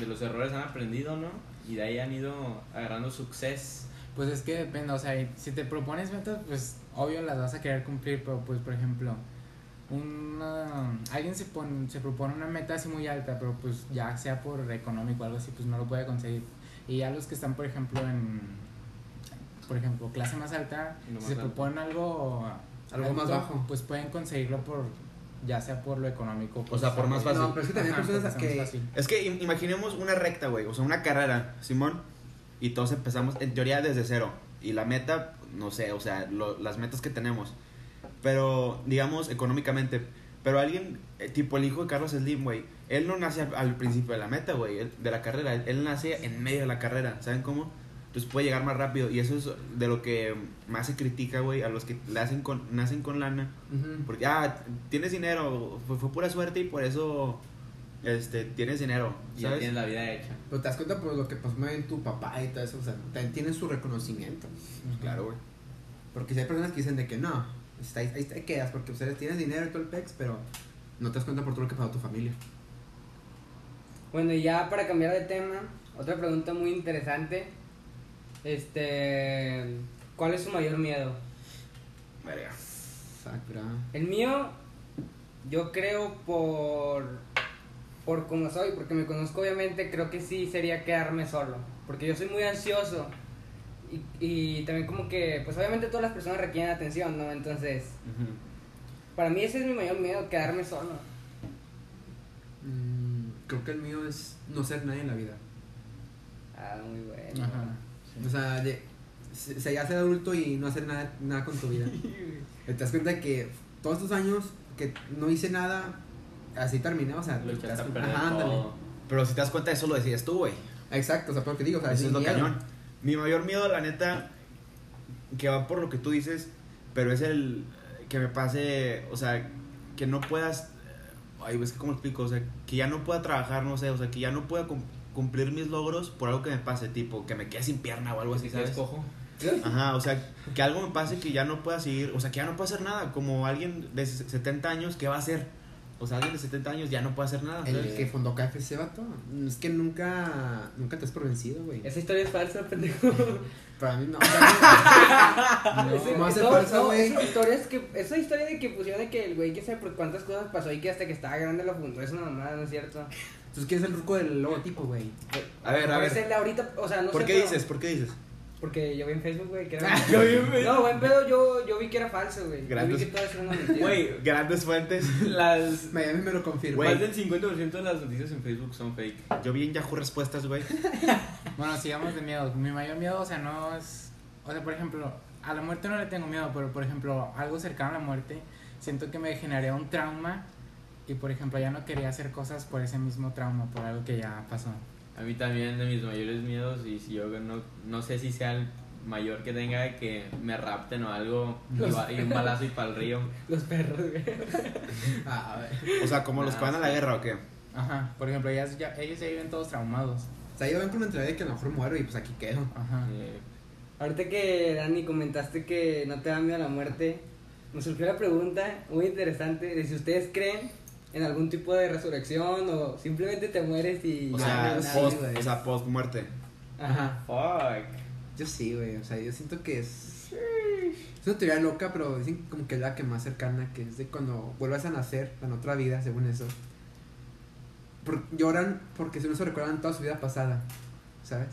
Speaker 2: de los errores han aprendido, ¿no? Y de ahí han ido agarrando suceso.
Speaker 5: Pues es que depende, o sea, si te propones metas, pues obvio las vas a querer cumplir, pero pues por ejemplo, una, alguien se, pon- se propone una meta así muy alta, pero pues ya sea por económico o algo así, pues no lo puede conseguir. Y ya los que están, por ejemplo, en, por ejemplo, clase más alta,
Speaker 2: No más
Speaker 5: si se
Speaker 2: alto.
Speaker 5: proponen algo...
Speaker 3: Algo más bajo.
Speaker 5: Pues pueden conseguirlo por, ya sea por lo económico. pues,
Speaker 4: sea, por más fácil.
Speaker 3: No, pero es que también hay
Speaker 5: Ajá,
Speaker 3: personas
Speaker 5: porque
Speaker 3: que-
Speaker 5: sea más fácil.
Speaker 4: Es que im- imaginemos una recta, güey, o sea, una carrera, Simón, y todos empezamos en teoría desde cero. Y la meta, no sé, o sea, lo- las metas que tenemos. Pero, digamos, económicamente. Pero alguien, eh, tipo el hijo de Carlos Slim, güey, él no nace al, al principio de la meta, güey, él- de la carrera. Él, él nace en medio de la carrera, ¿saben cómo? Entonces puede llegar más rápido. Y eso es de lo que más se critica, güey, a los que le hacen con, nacen con lana.
Speaker 3: Ujú.
Speaker 4: Porque, ah, tienes dinero, fue, fue pura suerte y por eso este, tienes dinero,
Speaker 2: Y ya
Speaker 4: ¿sabes?
Speaker 2: tienes la vida hecha.
Speaker 3: Pero te das cuenta por lo que pasó en tu papá y todo eso, o sea, también tienen su reconocimiento.
Speaker 4: Claro, güey.
Speaker 3: Porque si hay personas que dicen de que no, está- ahí te quedas porque ustedes tienen dinero y todo el pex, pero no te das cuenta por todo lo que pasó a tu familia.
Speaker 1: Bueno, y ya para cambiar de tema, otra pregunta muy interesante. Este, ¿cuál es su mayor miedo?
Speaker 4: Verga.
Speaker 3: Sakura.
Speaker 1: El mío, yo creo por por como soy, porque me conozco obviamente, creo que sí sería quedarme solo, porque yo soy muy ansioso y, y también como que, pues obviamente todas las personas requieren atención, ¿no? Entonces, para mí ese es mi mayor miedo, quedarme solo.
Speaker 3: Mm, creo que el mío es no ser nadie en la vida.
Speaker 1: Ah, muy bueno.
Speaker 5: Ajá.
Speaker 3: O sea, de, se, se- ya ser adulto y no hacer nada, nada con tu (laughs) vida. te das cuenta que todos estos años que no hice nada, así terminé, o sea,
Speaker 2: Lo
Speaker 3: te das
Speaker 2: echaste a
Speaker 3: cuenta-
Speaker 2: perder
Speaker 3: Ajá, ándale.
Speaker 2: todo.
Speaker 4: Pero si te das cuenta, eso lo decides tú, güey.
Speaker 3: Exacto, o sea, por lo que digo, o sea,
Speaker 4: Eso
Speaker 3: sin
Speaker 4: es lo
Speaker 3: miedo.
Speaker 4: cañón. Mi mayor miedo, la neta, que va por lo que tú dices, pero es el que me pase, o sea, que no puedas. Ay, es que, ¿cómo explico? O sea, que ya no pueda trabajar, no sé, o sea, que ya no pueda cum- cumplir mis logros por algo que me pase, tipo, que me quede sin pierna o algo
Speaker 2: Pues
Speaker 4: así,
Speaker 2: si
Speaker 4: ¿sabes?
Speaker 2: sabes cojo.
Speaker 4: Ajá, o sea, que algo me pase que ya no pueda seguir, o sea, que ya no pueda hacer nada, como alguien de 70 años, ¿qué va a hacer? O sea, alguien de 70 años ya no puede hacer nada.
Speaker 3: El
Speaker 4: ¿sabes?
Speaker 3: que fundó KFC, vato. Es que nunca, nunca te has por vencido, güey.
Speaker 1: Esa historia es falsa, pendejo.
Speaker 3: Para
Speaker 1: (laughs)
Speaker 3: mí no. o sea, no,
Speaker 1: Ese-
Speaker 3: no, hace
Speaker 1: no,
Speaker 3: fuerza,
Speaker 1: no,
Speaker 3: güey.
Speaker 1: Esa historia, es que, esa historia de que pusieron de que el güey que sabe por cuántas cosas pasó y que hasta que estaba grande lo fundó es una mamada, ¿no es cierto?
Speaker 3: Entonces, ¿quién es el ruco del logotipo, güey?
Speaker 4: A ver, a
Speaker 1: Por
Speaker 4: ver.
Speaker 1: ese ahorita, o sea, no
Speaker 4: ¿Por
Speaker 1: sé,
Speaker 4: qué
Speaker 1: pero-
Speaker 4: dices? Ah, ¿Por qué dices?
Speaker 1: Porque yo vi en Facebook, güey, que era. yo vi en Facebook. No, buen pedo, yo, yo vi que era falso, güey. Yo vi
Speaker 4: Gracias.
Speaker 1: que todo eso era una mentira.
Speaker 2: Güey,
Speaker 4: Grandes
Speaker 2: (laughs)
Speaker 4: fuentes.
Speaker 2: las.
Speaker 3: Miami me lo confirmó.
Speaker 4: Güey.
Speaker 2: Más del 50% de las noticias en Facebook son fake.
Speaker 4: Yo vi en Yahoo respuestas, güey.
Speaker 5: Bueno, sigamos de miedo. Mi mayor miedo, o sea, no es. O sea, por ejemplo, a la muerte no le tengo miedo, pero por ejemplo, algo cercano a la muerte, siento que me generaría un trauma. Y por ejemplo, ya no quería hacer cosas por ese mismo trauma, por algo que ya pasó.
Speaker 2: A mí también de mis mayores miedos, y si yo no, no sé si sea el mayor que tenga que me rapten o
Speaker 3: (laughs)
Speaker 2: algo, y, va- y un balazo y para el río.
Speaker 1: Los perros, güey.
Speaker 3: Ah, a ver.
Speaker 4: O sea, como los
Speaker 2: Ah,
Speaker 4: que van a la guerra o qué.
Speaker 5: Ajá, por ejemplo, ellas ya, ellos ya viven todos traumados.
Speaker 3: O sea, yo vengo con una entrada de que a lo mejor muero y pues aquí quedo.
Speaker 5: Ajá.
Speaker 2: Eh,
Speaker 1: Ahorita que Dani comentaste que no te da miedo a la muerte, Nos surgió la pregunta muy interesante de si ustedes creen en algún tipo de resurrección o simplemente te mueres y...
Speaker 4: O
Speaker 1: ya
Speaker 4: sea,
Speaker 1: no hay nadie,
Speaker 4: post,
Speaker 1: güey.
Speaker 4: o sea, post muerte.
Speaker 1: Ajá.
Speaker 2: Fuck.
Speaker 3: Yo sí, güey. O sea, yo siento que es. Es una teoría loca, pero dicen como que es la que más cercana, que es de cuando vuelvas a nacer en otra vida, según eso. Por- lloran porque si no se recuerdan toda su vida pasada, ¿sabes?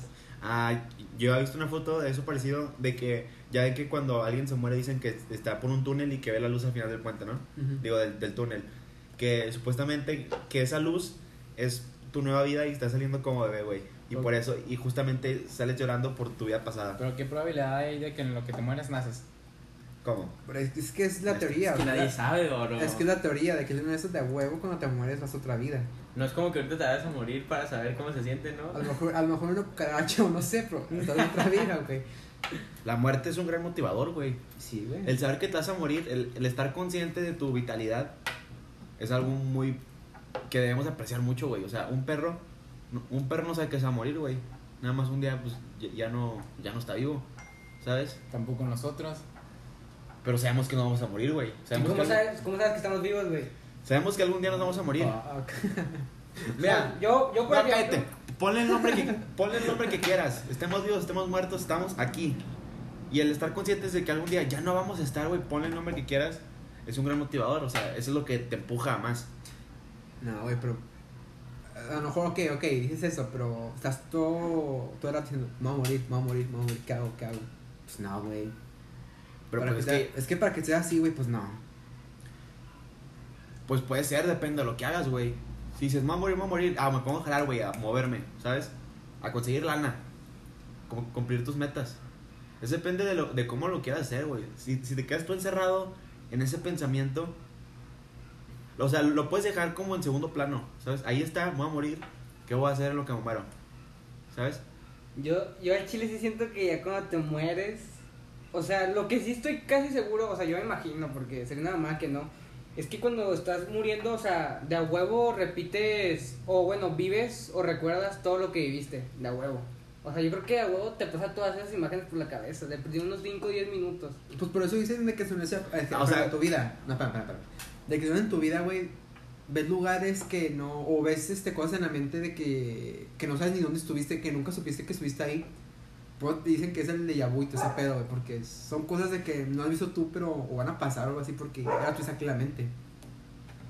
Speaker 4: Ah, yo había visto una foto de eso parecido, de que ya de que cuando alguien se muere dicen que está por un túnel y que ve la luz al final del puente, ¿no? Digo, del, del túnel. Que supuestamente que esa luz es tu nueva vida y está saliendo como bebé, güey. Y por eso, y justamente sales llorando por tu vida pasada.
Speaker 5: Pero qué probabilidad hay de que en lo que te mueres naces.
Speaker 4: ¿Cómo?
Speaker 3: Pero es, es que es la teoría,
Speaker 2: Es que nadie
Speaker 3: ¿verdad?
Speaker 2: sabe, bro.
Speaker 3: Es que es la teoría de que es una de esas de a huevo cuando te mueres vas a otra vida.
Speaker 2: No es como que ahorita te vas a morir para saber cómo se siente, ¿no?
Speaker 3: A lo mejor, a lo mejor una cucaracha o no sé, pero estás en otra vida, güey.
Speaker 4: La muerte es un gran motivador, güey.
Speaker 3: Sí, güey.
Speaker 4: El saber que te vas a morir, el, el estar consciente de tu vitalidad, es algo muy. que debemos apreciar mucho, güey. O sea, un perro. no- Un perro no sabe que se va a morir, güey. Nada más un día, pues ya- ya no, ya no está vivo, ¿sabes?
Speaker 5: Tampoco nosotros.
Speaker 4: Pero sabemos que no vamos a morir, güey.
Speaker 1: ¿Y
Speaker 4: Sabemos, que
Speaker 1: ¿Cómo
Speaker 4: algún-
Speaker 1: sabes, ¿Cómo sabes que estamos vivos, güey?
Speaker 4: sabemos que algún día nos vamos a
Speaker 1: Ah.
Speaker 4: morir.
Speaker 3: Fuck.
Speaker 4: Mira,
Speaker 1: yo, yo por
Speaker 4: no,
Speaker 1: ejemplo-
Speaker 4: cállate. Ponle el, nombre que, ponle el nombre que quieras. Estemos vivos, estemos muertos, estamos aquí. Y el estar conscientes de que algún día ya no vamos a estar, güey, ponle el nombre que quieras, es un gran motivador. O sea, eso es lo que te empuja a más.
Speaker 3: No, güey, pero. A lo mejor, ok, ok, dices eso, pero estás todo. Todo el rato diciendo, me voy a morir, me voy a morir, me voy a morir, ¿qué hago, qué hago? Pues no, güey.
Speaker 4: Pero
Speaker 3: Para
Speaker 4: pues es
Speaker 3: que sea-
Speaker 4: que,
Speaker 3: es que para que sea así, güey, pues no.
Speaker 4: pues puede ser, depende de lo que hagas, güey. Si dices, me voy a morir, me voy a morir, ah, me pongo a jalar, güey, a moverme, ¿sabes? A conseguir lana, como cumplir tus metas. Eso depende de, lo, de cómo lo quieras hacer, güey. Si, si te quedas tú encerrado en ese pensamiento, o sea, lo puedes dejar como en segundo plano, ¿sabes? Ahí está, me voy a morir, ¿qué voy a hacer en lo que me muero? ¿Sabes?
Speaker 1: Yo, yo al chile sí siento que ya cuando te mueres, o sea, lo que sí estoy casi seguro, o sea, yo me imagino, porque sería nada más que no, es que cuando estás muriendo, o sea, de a huevo repites, o bueno, vives o recuerdas todo lo que viviste, de a huevo. O sea, yo creo que de a huevo te pasa todas esas imágenes por la cabeza, de perdido unos 5 o 10 minutos.
Speaker 3: Pues por eso dicen de que se unirse a,
Speaker 4: Ah, o
Speaker 3: o
Speaker 4: sea-
Speaker 3: sea, tu vida. No, para, para, para. De que en tu vida, güey, ves lugares que no. O ves este, cosas en la mente de que, que no sabes ni dónde estuviste, que nunca supiste que estuviste ahí. Pues dicen que es el de vu y todo ese pedo, güey, porque son cosas de que no has visto tú, pero o van a pasar o algo así, porque era tu saque la mente.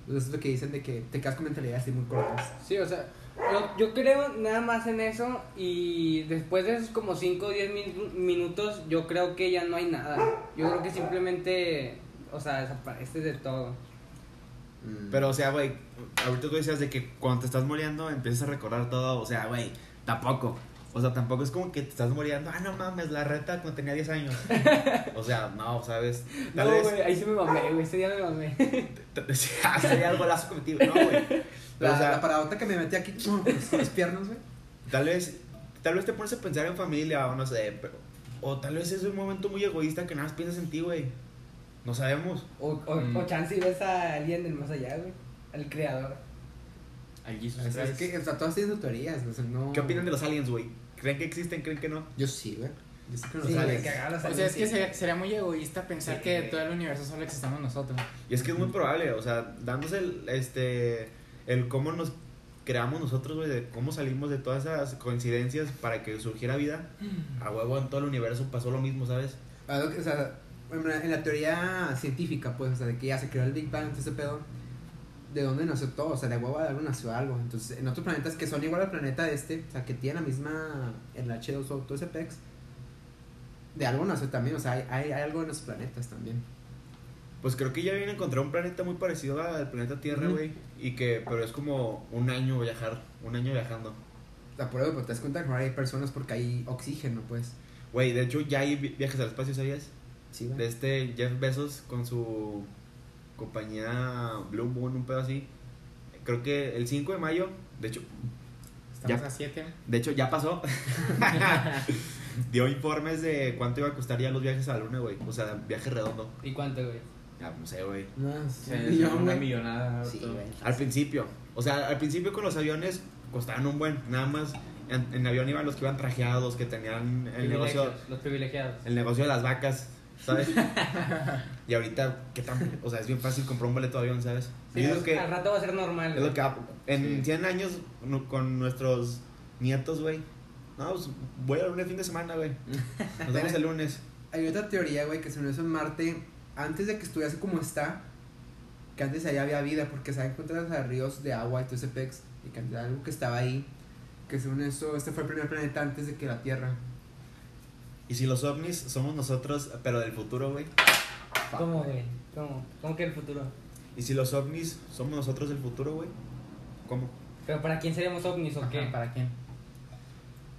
Speaker 3: Entonces es lo que dicen de que te quedas con mentalidades así muy cortas.
Speaker 1: Sí, o sea, yo, yo creo nada más en eso y después de esos como 5 o 10 minutos yo creo que ya no hay nada. Yo creo que simplemente, o sea, desapareces de todo.
Speaker 4: Pero, o sea, güey, ahorita tú decías de que cuando te estás muriendo empiezas a recordar todo, o sea, güey, tampoco. O sea, tampoco es como que te estás muriendo, ah, no mames, la reta cuando tenía 10 años. o sea, no, ¿sabes? Tal
Speaker 1: no,
Speaker 4: vez
Speaker 1: güey, ahí sí me mamé, güey, ese día me mamé.
Speaker 4: t- (laughs) sí, ah, sería algo lazo cometido, no, güey. Pero,
Speaker 3: la,
Speaker 4: o sea,
Speaker 3: la paradota que me metí aquí con las
Speaker 4: (laughs)
Speaker 3: piernas, güey.
Speaker 4: tal vez tal vez te pones a pensar en familia o no sé, pero- o tal vez es un momento muy egoísta que nada más piensas en ti, güey. No sabemos.
Speaker 1: O, o,
Speaker 2: Mm.
Speaker 1: o chance y ves a alguien del más allá, güey, al creador.
Speaker 2: Al Jesus
Speaker 3: Es, es
Speaker 2: Christ.
Speaker 3: que, o sea, todas tienen sus teorías, o sea, no...
Speaker 4: ¿Qué opinan de los aliens, güey? ¿Creen que existen? ¿Creen que no?
Speaker 3: Yo sí, güey. Yo sí que los
Speaker 1: Sí,
Speaker 3: aliens.
Speaker 1: güey, cagado,
Speaker 5: O sea, es que
Speaker 1: sí.
Speaker 5: sería, sería muy egoísta pensar
Speaker 2: Sí,
Speaker 5: que de
Speaker 2: güey.
Speaker 5: todo el universo solo existamos nosotros.
Speaker 4: Y es que es muy probable, o sea, dándose el, este, el cómo nos creamos nosotros, güey, de cómo salimos de todas esas coincidencias para que surgiera vida, a huevo en todo el universo pasó lo mismo, ¿sabes?
Speaker 3: Ah, lo que- O sea, en la, en la teoría científica, pues, o sea, de que ya se creó el Big Bang, todo ese pedo, ¿de dónde nació todo? O sea, de huevo de algo nació algo. Entonces, en otros planetas que son igual al planeta de este, o sea, que tienen la misma, el H2O, todo ese pex, de algo nació también, o sea, hay, hay, hay algo en los planetas también.
Speaker 4: Pues creo que ya habían encontrado un planeta muy parecido al planeta Tierra,
Speaker 3: Ujú.
Speaker 4: güey, y que, pero es como un año viajar, un año viajando.
Speaker 3: O sea, por eso, pues, te das cuenta que ahora hay personas porque hay oxígeno, pues.
Speaker 4: Güey, de hecho ya hay vi- viajes al espacio, ¿sabías?
Speaker 3: Sí,
Speaker 4: De
Speaker 3: güey.
Speaker 4: este Jeff Bezos con su compañía Blue Moon, un pedo así. Creo que el 5 de mayo, de hecho,
Speaker 5: Estamos
Speaker 4: Ya.
Speaker 5: a siete.
Speaker 4: De hecho, ya pasó. (laughs) Dio informes de cuánto iba a costar ya los viajes a la luna, güey. O sea, viaje redondo.
Speaker 1: ¿Y cuánto, güey?
Speaker 4: Ya, no sé, güey.
Speaker 3: No,
Speaker 2: O
Speaker 3: sí,
Speaker 2: sea,
Speaker 3: yo,
Speaker 2: una
Speaker 3: güey.
Speaker 2: millonada.
Speaker 3: Sí,
Speaker 2: todo.
Speaker 3: güey.
Speaker 4: Al principio. O sea, al principio con los aviones costaban un buen. Nada más en, en avión iban los que iban trajeados, que tenían el negocio,
Speaker 1: Privilegios, Los privilegiados.
Speaker 4: el negocio de las vacas. ¿sabes? (laughs) y ahorita, ¿qué tan? O sea, es bien fácil comprar un boleto de avión, ¿sabes?
Speaker 1: Sí,
Speaker 4: Yo
Speaker 1: al-
Speaker 4: digo que
Speaker 1: Al rato va a ser normal.
Speaker 4: es lo que
Speaker 1: güey.
Speaker 4: va- en 100 años no- con nuestros nietos, güey. No, pues voy al lunes fin de semana, güey. Nos vemos el lunes.
Speaker 3: Hay otra teoría, güey, que se me hizo en Marte antes de que estuviese como está, que antes allá había vida, porque se han encontrado hasta ríos de agua y todo ese pex, y que antes algo que estaba ahí, que según eso, este fue el primer planeta antes de que la Tierra.
Speaker 4: Y si los ovnis somos nosotros, pero del futuro, güey.
Speaker 1: ¿Cómo, güey? ¿Cómo? ¿Cómo que el futuro?
Speaker 4: Y si los ovnis somos nosotros del futuro, güey. ¿Cómo?
Speaker 1: ¿Pero para quién seríamos ovnis o
Speaker 5: Ajá,
Speaker 1: qué?
Speaker 5: ¿Para quién?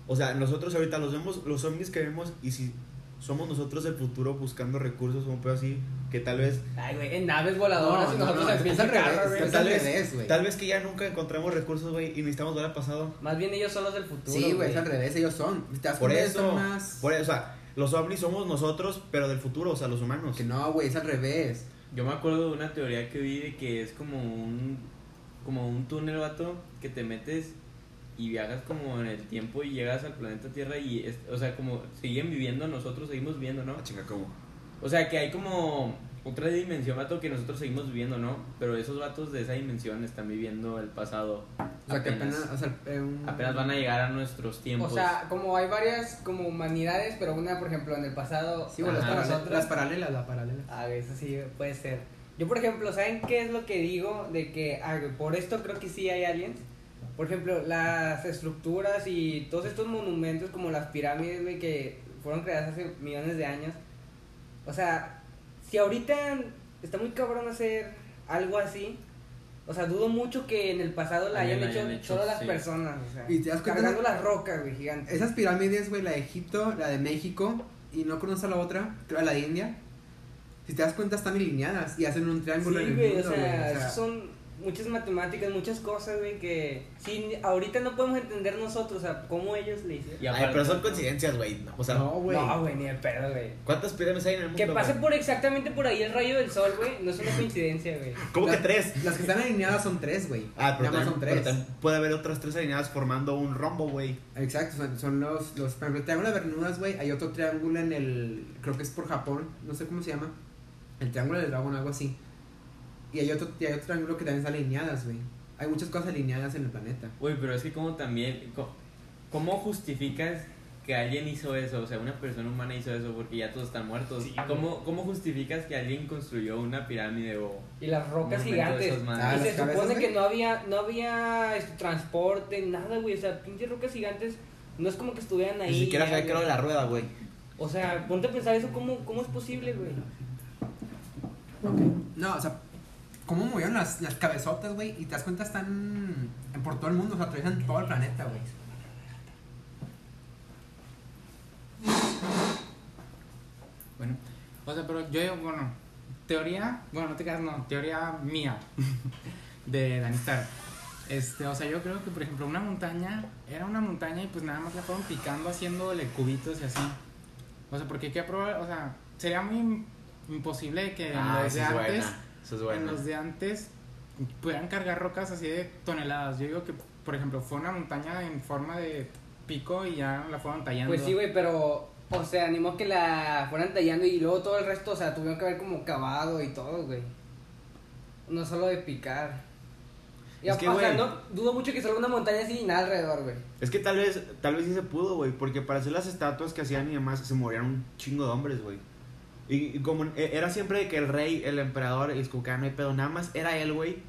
Speaker 4: O sea, nosotros ahorita los vemos, los ovnis que vemos, y si somos nosotros del futuro buscando recursos o un pedo así, que tal vez,
Speaker 1: Ay, güey, en naves voladoras y nosotros al
Speaker 3: es
Speaker 1: pinche
Speaker 3: al
Speaker 1: carro,
Speaker 3: revés,
Speaker 1: güey.
Speaker 3: es al
Speaker 4: Tal vez-
Speaker 3: revés, güey.
Speaker 4: tal vez que ya nunca encontramos recursos, güey, y necesitamos volver al pasado.
Speaker 1: Más bien ellos son los del futuro.
Speaker 3: Sí, güey, es al revés, ellos son. ¿Te das
Speaker 4: Por
Speaker 3: cuenta? Ellos
Speaker 4: eso,
Speaker 3: son más-
Speaker 4: por eso, o sea, los ovnis somos nosotros, pero del futuro, o sea, los humanos.
Speaker 3: Que no, güey, es al revés.
Speaker 2: Yo me acuerdo de una teoría que vi de que es como un como un túnel vato que te metes y viajas como en el tiempo y llegas al planeta Tierra y es- o sea, como siguen viviendo nosotros seguimos viviendo, ¿no?
Speaker 4: Ah, chinga, ¿cómo?
Speaker 2: O sea, que hay como otra dimensión vato que nosotros seguimos viviendo, ¿no? Pero esos vatos de esa dimensión están viviendo el pasado.
Speaker 3: O sea, que
Speaker 2: apenas,
Speaker 3: apenas, o sea, eh, un-
Speaker 2: apenas van a llegar a nuestros
Speaker 1: O
Speaker 2: tiempos.
Speaker 1: sea, como hay varias como humanidades, pero una, por ejemplo, en el pasado.
Speaker 3: Sí, güey, las,
Speaker 1: ajá,
Speaker 2: para
Speaker 3: paralelas,
Speaker 1: nosotros.
Speaker 3: las paralelas, la paralela.
Speaker 1: A ver, eso sí puede ser. Yo, por ejemplo, ¿saben qué es lo que digo? De que ah, por esto creo que sí hay aliens. Por ejemplo, las estructuras y todos estos monumentos como las pirámides, güey, que fueron creadas hace millones de años. O sea, si ahorita está muy cabrón hacer algo así, o sea, dudo mucho que en el pasado la hayan,
Speaker 2: Alguien la
Speaker 1: hecho,
Speaker 2: hayan hecho,
Speaker 1: solo las
Speaker 2: sí.
Speaker 1: personas, o sea,
Speaker 3: Y te das cuenta-
Speaker 1: cargando las rocas, güey, gigantes.
Speaker 3: Esas pirámides, güey, la de Egipto, la de México, y no conozco la otra, creo la de India. Si te das cuenta, están alineadas y hacen un
Speaker 1: Sí,
Speaker 3: triángulo en el
Speaker 1: güey, o
Speaker 3: mundo, güey,
Speaker 1: sea,
Speaker 3: o sea,
Speaker 1: son muchas matemáticas, muchas cosas, güey, que si ahorita no podemos entender nosotros, o sea, cómo ellos le hicieron.
Speaker 2: Y
Speaker 4: Ay,
Speaker 2: aparte-
Speaker 4: pero son coincidencias, güey. no, O sea,
Speaker 3: No, güey.
Speaker 1: No, güey, ni de pedo, güey.
Speaker 4: ¿cuántas pirámides hay en el mundo?
Speaker 1: Que pase
Speaker 4: güey?
Speaker 1: por exactamente por ahí el rayo del sol, güey, no es una coincidencia, güey.
Speaker 4: ¿Cómo que
Speaker 3: La-
Speaker 4: tres?
Speaker 3: Las que están alineadas son tres, güey.
Speaker 4: Ah, pero
Speaker 3: Nada más
Speaker 4: también,
Speaker 3: son
Speaker 4: pero
Speaker 3: tres.
Speaker 4: también puede haber otras tres alineadas formando un rombo, güey.
Speaker 3: Exacto, son, son los, los. Por ejemplo, el triángulo de Bermudas, güey. Hay otro triángulo en el. Creo que es por Japón, no sé cómo se llama. El triángulo del dragón, algo así. Y hay otro, y hay otro triángulo que también están alineadas, güey. Hay muchas cosas alineadas en el planeta.
Speaker 2: Uy, pero es que como también, co- ¿cómo justificas que alguien hizo eso? O sea, una persona humana hizo eso porque ya todos están muertos. ¿Cómo, ¿Cómo justificas que alguien construyó una pirámide o...?
Speaker 1: Y las rocas
Speaker 2: Monumento de
Speaker 1: gigantes.
Speaker 2: esas madres.
Speaker 3: Ah,
Speaker 1: Y
Speaker 3: las
Speaker 1: se
Speaker 3: cabezas,
Speaker 1: supone que
Speaker 3: güey.
Speaker 1: no había, no había este, transporte, nada, güey, o sea, pinches rocas gigantes. No es como que estuvieran ahí.
Speaker 4: Ni siquiera
Speaker 1: ya,
Speaker 4: sabía que era
Speaker 1: güey.
Speaker 4: de la rueda, güey.
Speaker 1: O sea, ponte a pensar eso, ¿cómo, cómo es posible, güey?
Speaker 3: No, o sea, ¿cómo movieron las, las cabezotas, güey? Y te das cuenta, están por todo el mundo, o sea, atraviesan todo el planeta, güey.
Speaker 5: Bueno, o sea, pero yo, bueno, teoría, bueno, no te creas, no, teoría mía (laughs) de Danistar. Este, o sea, yo creo que, por ejemplo, una montaña era una montaña y pues nada más la fueron picando haciéndole cubitos y así. O sea, porque hay que probar, o sea, sería muy im- imposible que en los de antes,
Speaker 4: Eso Ah, es
Speaker 5: en los de antes pudieran cargar rocas así de toneladas. Yo digo que, por ejemplo, fue una montaña en forma de pico y ya la fueron tallando.
Speaker 1: Pues sí, güey, pero, o sea, animó que la fueran tallando y luego todo el resto, o sea, tuvieron que haber como cavado y todo, güey. No solo de picar. Y
Speaker 4: Es que,
Speaker 1: o sea,
Speaker 4: güey.
Speaker 1: no, dudo mucho que salga una montaña así y nada alrededor, güey.
Speaker 4: Es que tal vez, tal vez sí se pudo, güey, porque para hacer las estatuas que hacían y demás se morían un chingo de hombres, güey. Y, y como e- era siempre de que el rey, el emperador, y es como que, ah, no hay pedo, nada más era él, güey.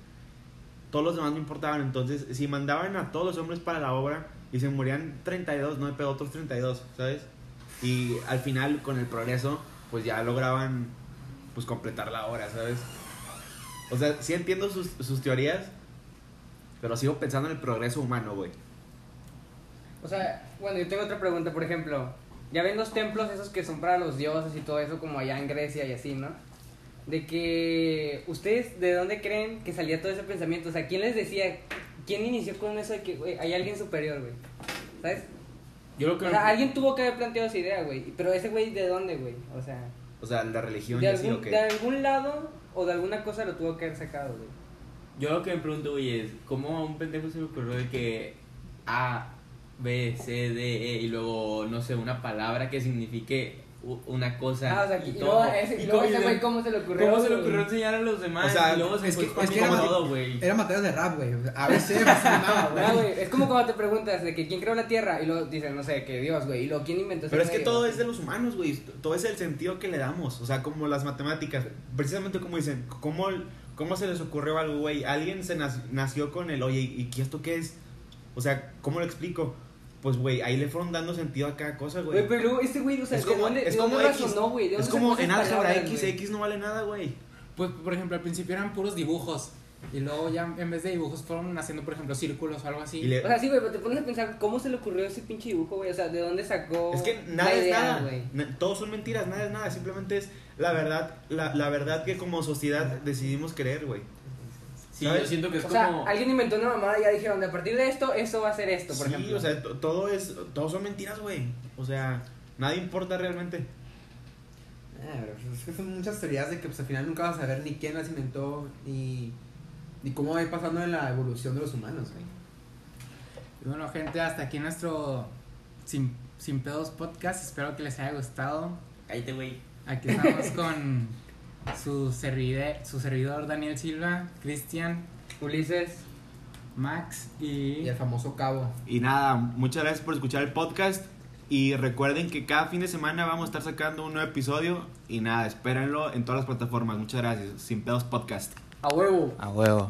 Speaker 4: Todos los demás no importaban, entonces si mandaban a todos los hombres para la obra y se morían 32, no hay pedo, otros 32, ¿sabes? Y al final con el progreso, pues ya lograban pues completar la obra, ¿sabes? O sea, sí entiendo sus, sus teorías, pero sigo pensando en el progreso humano, güey.
Speaker 1: O sea, bueno, yo tengo otra pregunta, por ejemplo, ya ven los templos esos que son para los dioses y todo eso, como allá en Grecia y así, ¿no? De que ustedes, ¿de dónde creen que salía todo ese pensamiento? O sea, ¿quién les decía, quién inició con eso de que, güey, hay alguien superior, güey? ¿Sabes?
Speaker 2: Yo lo
Speaker 1: O sea, alguien tuvo que haber planteado esa idea, güey. Pero ese güey, ¿de dónde, güey? O sea,
Speaker 4: O sea, la religión
Speaker 1: de
Speaker 4: y así, ¿o
Speaker 1: algún,
Speaker 4: qué?
Speaker 1: de algún lado o de alguna cosa lo tuvo que haber sacado, güey.
Speaker 2: Yo lo que me pregunto, güey, es cómo a un pendejo se le ocurrió de que A, B, C, D, E y luego, no sé, una palabra que signifique u- una cosa.
Speaker 1: Ah, o sea, y,
Speaker 2: y
Speaker 1: luego,
Speaker 2: todo.
Speaker 1: ese,
Speaker 2: Y
Speaker 1: y luego
Speaker 2: cómo-
Speaker 1: ese güey, ¿cómo se le ocurrió?
Speaker 2: ¿Cómo se le
Speaker 1: güey?
Speaker 2: ocurrió enseñar a los demás?
Speaker 3: O sea,
Speaker 2: y luego se
Speaker 3: es
Speaker 2: fue
Speaker 3: que- es que
Speaker 2: expandiendo
Speaker 3: era-
Speaker 2: todo, güey.
Speaker 3: Era materias de rap, güey. A veces fascinaba,
Speaker 1: (laughs) Ah,
Speaker 3: güey.
Speaker 1: güey, es como cuando te preguntas de que quién creó la tierra y luego dicen, no sé, que Dios, güey. Y luego, ¿quién inventó ese
Speaker 4: Pero es que
Speaker 1: medio?
Speaker 4: todo es de los humanos, güey. Todo es el sentido que le damos. O sea, como las matemáticas. Precisamente como dicen, ¿cómo, cómo se les ocurrió algo, güey? Alguien se nac- nació con el, oye, ¿y qué esto qué es? O sea, ¿cómo lo explico? Pues, güey, ahí le fueron dando sentido a cada cosa,
Speaker 1: Güey,
Speaker 4: güey.
Speaker 1: pero luego este güey, o sea,
Speaker 4: Es
Speaker 1: ¿de
Speaker 4: como,
Speaker 1: dónde,
Speaker 4: es
Speaker 1: de
Speaker 4: como
Speaker 1: dónde
Speaker 4: X.
Speaker 1: razonó, güey? ¿De
Speaker 4: es
Speaker 1: dónde
Speaker 4: como
Speaker 1: sacó
Speaker 4: en
Speaker 1: esas
Speaker 4: álgebra
Speaker 1: palabras,
Speaker 4: X,
Speaker 1: güey?
Speaker 4: X no vale nada, güey.
Speaker 5: Pues, por ejemplo, al principio eran puros dibujos. Y luego ya en vez de dibujos fueron haciendo, por ejemplo, círculos o algo así.
Speaker 4: Y le-
Speaker 1: O sea, sí, güey, pero te pones a pensar cómo se le ocurrió ese pinche dibujo, güey. O sea, ¿de dónde sacó
Speaker 4: Es que nada
Speaker 1: la
Speaker 4: es
Speaker 1: idea,
Speaker 4: nada.
Speaker 1: güey?
Speaker 4: Na- Todos son mentiras, nada es nada. Simplemente es la verdad, la, la verdad que como sociedad decidimos creer, güey.
Speaker 2: Sí,
Speaker 4: ¿Sabes?
Speaker 2: yo siento que es
Speaker 1: O sea,
Speaker 2: como.
Speaker 1: alguien inventó una mamada y ya dijeron, de a partir de esto, eso va a ser esto, por
Speaker 4: Sí,
Speaker 1: ejemplo.
Speaker 4: o sea, to- todo es, todos son mentiras, güey. O sea, nada importa realmente.
Speaker 3: Ah, pero pues, es que son muchas teorías de que pues, al final nunca vas a saber ni quién las inventó ni, ni cómo va a ir pasando en la evolución de los humanos, güey.
Speaker 5: Y bueno, gente, hasta aquí nuestro Sin, Sin Pedos podcast. Espero que les haya gustado.
Speaker 2: Cállate, güey.
Speaker 4: (laughs)
Speaker 5: Aquí estamos con su, servide- su servidor Daniel Silva, Cristian,
Speaker 1: Ulises.
Speaker 5: Max
Speaker 3: Y
Speaker 5: y...
Speaker 3: el famoso cabo.
Speaker 4: Y nada, muchas gracias por escuchar el podcast. Y recuerden que cada fin de semana vamos a estar sacando un nuevo episodio. Y nada, espérenlo en todas las plataformas. Muchas gracias. Sin pedos podcast.
Speaker 3: A huevo.
Speaker 6: A huevo.